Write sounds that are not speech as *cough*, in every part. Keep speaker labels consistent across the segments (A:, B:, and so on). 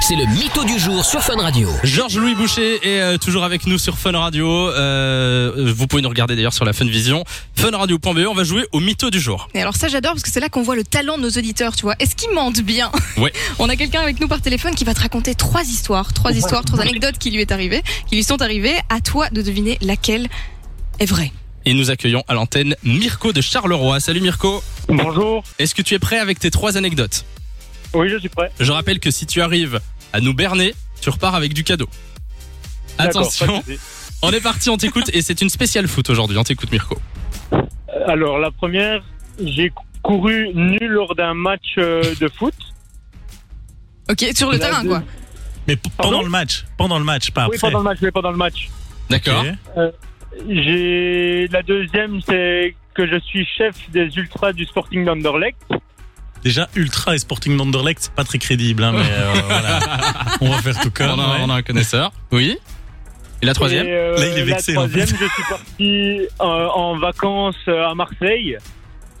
A: c'est le mytho du jour sur Fun Radio.
B: Georges-Louis Boucher est euh, toujours avec nous sur Fun Radio. Euh, vous pouvez nous regarder d'ailleurs sur la Fun Vision. Funradio.be, E. on va jouer au mytho du jour.
C: Et alors ça j'adore parce que c'est là qu'on voit le talent de nos auditeurs, tu vois. Est-ce qu'ils mentent bien
B: Ouais.
C: *laughs* On a quelqu'un avec nous par téléphone qui va te raconter trois histoires, trois histoires, trois anecdotes qui lui est arrivée, qui lui sont arrivées. À toi de deviner laquelle est vraie.
B: Et nous accueillons à l'antenne Mirko de Charleroi. Salut Mirko,
D: Bonjour,
B: est-ce que tu es prêt avec tes trois anecdotes
D: oui je suis prêt.
B: Je rappelle que si tu arrives à nous berner, tu repars avec du cadeau.
D: D'accord, pas *laughs*
B: Attention,
D: de souci.
B: on est parti, on t'écoute et c'est une spéciale foot aujourd'hui. On t'écoute Mirko.
D: Euh, Alors la première, j'ai cou- couru nu lors d'un match euh, de foot.
C: Ok, sur le
D: La
C: terrain
D: deux-
C: quoi.
E: Mais p-
D: Pardon
E: pendant le match, pendant le match, pas
D: Oui
E: après.
D: pendant le match, oui pendant le match.
B: D'accord.
E: Ok.
D: J'ai la deuxième, c'est que je suis chef des ultras du Sporting d'Anderlecht.
E: Déjà, Ultra et Sporting d'Anderlecht, c'est pas très crédible, hein, mais euh,
B: *laughs*
E: voilà. On va faire tout
B: On
E: comme.
B: a,
E: ouais.
B: on a un connaisseur. Oui. Et la troisième
D: Et, euh,
E: Là, il est vexé,
D: La
E: en
D: troisième, je suis parti euh, en vacances euh, à Marseille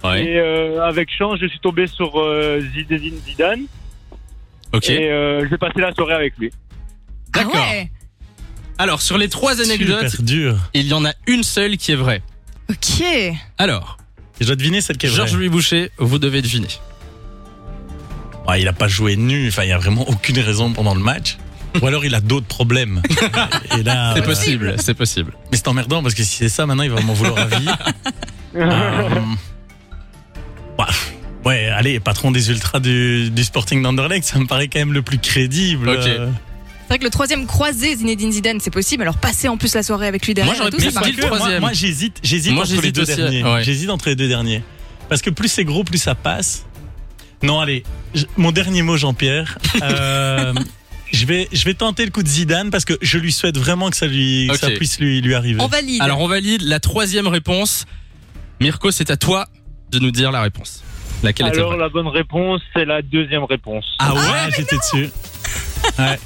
B: Ouais.
D: et euh, avec chance, je suis tombé sur euh, Zinedine Zidane
B: Ok.
D: et euh, j'ai passé la soirée avec lui.
B: D'accord.
C: Ah ouais.
B: Alors sur les trois anecdotes,
E: Super dur.
B: il y en a une seule qui est vraie.
C: Ok.
B: Alors,
E: Et Je dois deviner celle qui est vraie.
B: Georges-Louis Boucher, vous devez deviner.
E: Ouais, il a pas joué nu. Enfin, il y a vraiment aucune raison pendant le match. Ou alors il a d'autres problèmes.
B: *laughs*
E: et là,
B: C'est
E: euh,
B: possible, c'est possible.
E: Mais c'est emmerdant parce que si c'est ça, maintenant il va m'en vouloir
B: *laughs*
E: à vie. Euh, bah, ouais, allez, patron des ultras du, du Sporting d'Anderlecht, ça me paraît quand même le plus crédible.
B: Ok.
E: Euh,
C: C'est vrai que le troisième croisé Zinedine Zidane c'est possible. Alors passer en plus la soirée avec lui derrière.
B: j'aurais
C: et tout,
B: pu dire
C: ça
E: pas
C: paraît-
B: le
E: que, moi-
B: troisième.
E: Moi, j'hésite, j'hésite
B: Moi,
E: entre les
B: j'hésite
E: deux
B: aussi,
E: derniers.
B: ouais.
E: J'hésite entre les deux derniers. Parce que plus c'est gros, plus ça passe. Non, allez, je- mon dernier
B: *laughs*
E: mot, Jean-Pierre. Euh, je vais, je vais tenter le coup de Zidane parce que je lui souhaite vraiment que ça lui, que ça
B: Ok.
E: puisse lui, lui arriver.
C: On valide.
B: Alors on valide la troisième réponse. Mirko, c'est à toi de nous dire la réponse.
D: *laughs*
B: Laquelle était
D: Alors
B: vraie
D: la bonne réponse, c'est la deuxième réponse.
E: Ah ouais, j'étais dessus. Ouais.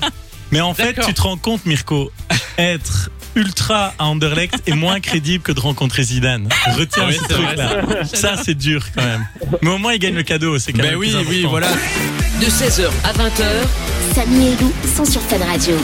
E: Mais en fait,
B: D'accord.
E: tu te rends compte, Mirko, être ultra à Anderlecht est moins crédible que de rencontrer Zidane. Retiens
B: Ah Oui,
E: ce
B: c'est vrai,
E: truc-là. Ça, c'est dur quand même. Mais au moins, il gagne le cadeau. C'est quand
B: Ben
E: même
B: oui,
E: plus
B: oui,
E: important.
B: voilà.
A: De 16h à 20h,
F: Samy et Lou sont sur Fun Radio.